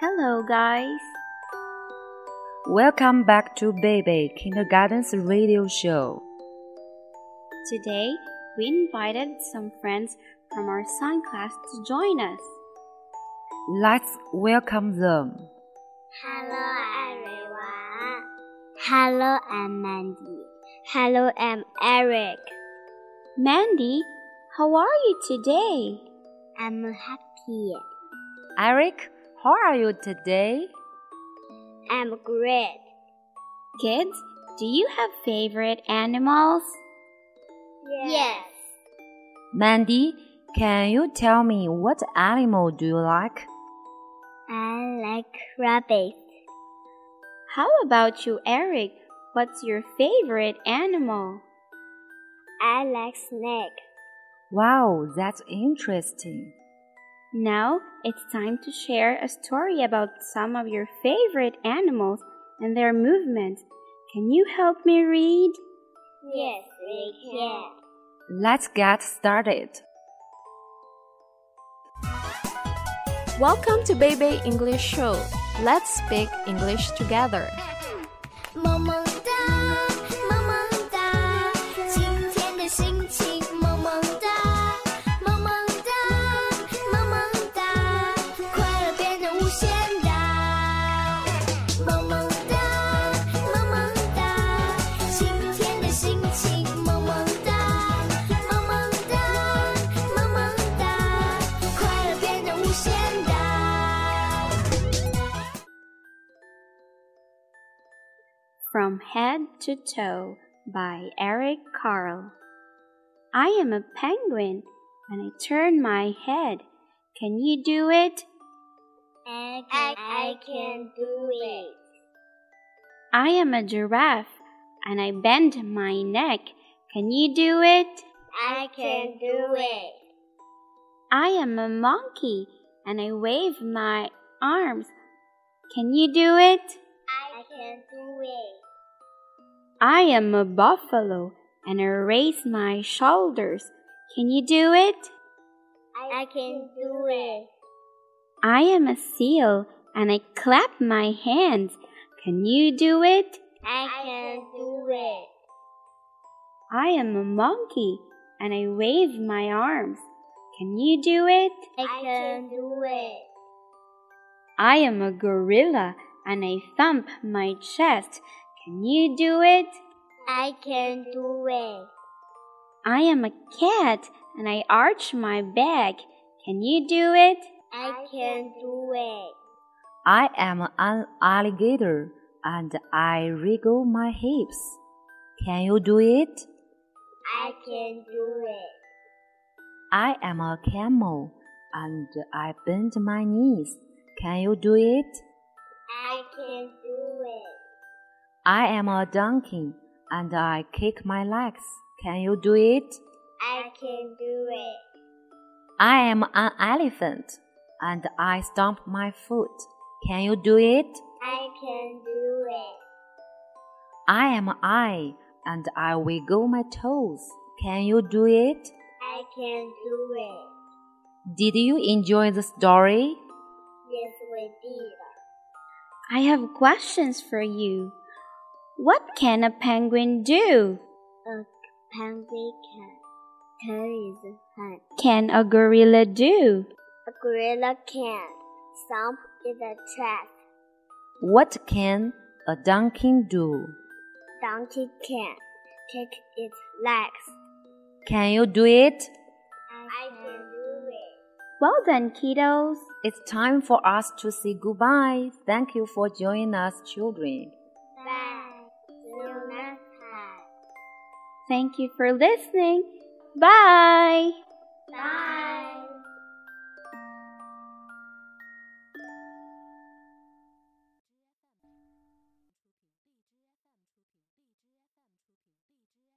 Hello, guys. Welcome back to Baby Kindergarten's radio show. Today, we invited some friends from our science class to join us. Let's welcome them. Hello, everyone. Hello, I'm Mandy. Hello, I'm Eric. Mandy, how are you today? I'm happy. Eric, how are you today? I'm great. Kids, do you have favorite animals? Yes. Mandy, can you tell me what animal do you like? I like rabbit. How about you, Eric? What's your favorite animal? I like snake. Wow, that's interesting. Now it's time to share a story about some of your favorite animals and their movements. Can you help me read? Yes, we can. Let's get started. Welcome to Baby English Show. Let's speak English together. 萌萌哒，萌萌哒，今天的心情萌萌哒，萌萌哒，萌萌哒，快乐变得无限大。萌萌哒，萌萌哒，今天的心情萌萌哒，萌萌哒，萌萌哒，快乐变得无限大。 From Head to Toe by Eric Carle. I am a penguin and I turn my head. Can you do it? I can, I can do it. I am a giraffe and I bend my neck. Can you do it? I can do it. I am a monkey and I wave my arms. Can you do it? I can do it. I am a buffalo and I raise my shoulders. Can you do it? I can do it. I am a seal and I clap my hands. Can you do it? I can do it. I am a monkey and I wave my arms. Can you do it? I can do it. I am a gorilla and I thump my chest. Can you do it? I can do it. I am a cat and I arch my back. Can you do it? I can do it. I am an alligator and I wriggle my hips. Can you do it? I can do it. I am a camel and I bend my knees. Can you do it? I can do it. I am a donkey and I kick my legs. Can you do it? I can do it. I am an elephant and I stomp my foot. Can you do it? I can do it. I am I and I wiggle my toes. Can you do it? I can do it. Did you enjoy the story? Yes, we did. I have questions for you. What can a penguin do? A penguin can turn his hand. Can a gorilla do? A gorilla can thump in the chest. What can a donkey do? Donkey can kick its legs. Can you do it? I can do it. Well done, kiddos. It's time for us to say goodbye. Thank you for joining us, children. Bye. See you next time. Thank you for listening. Bye. Bye.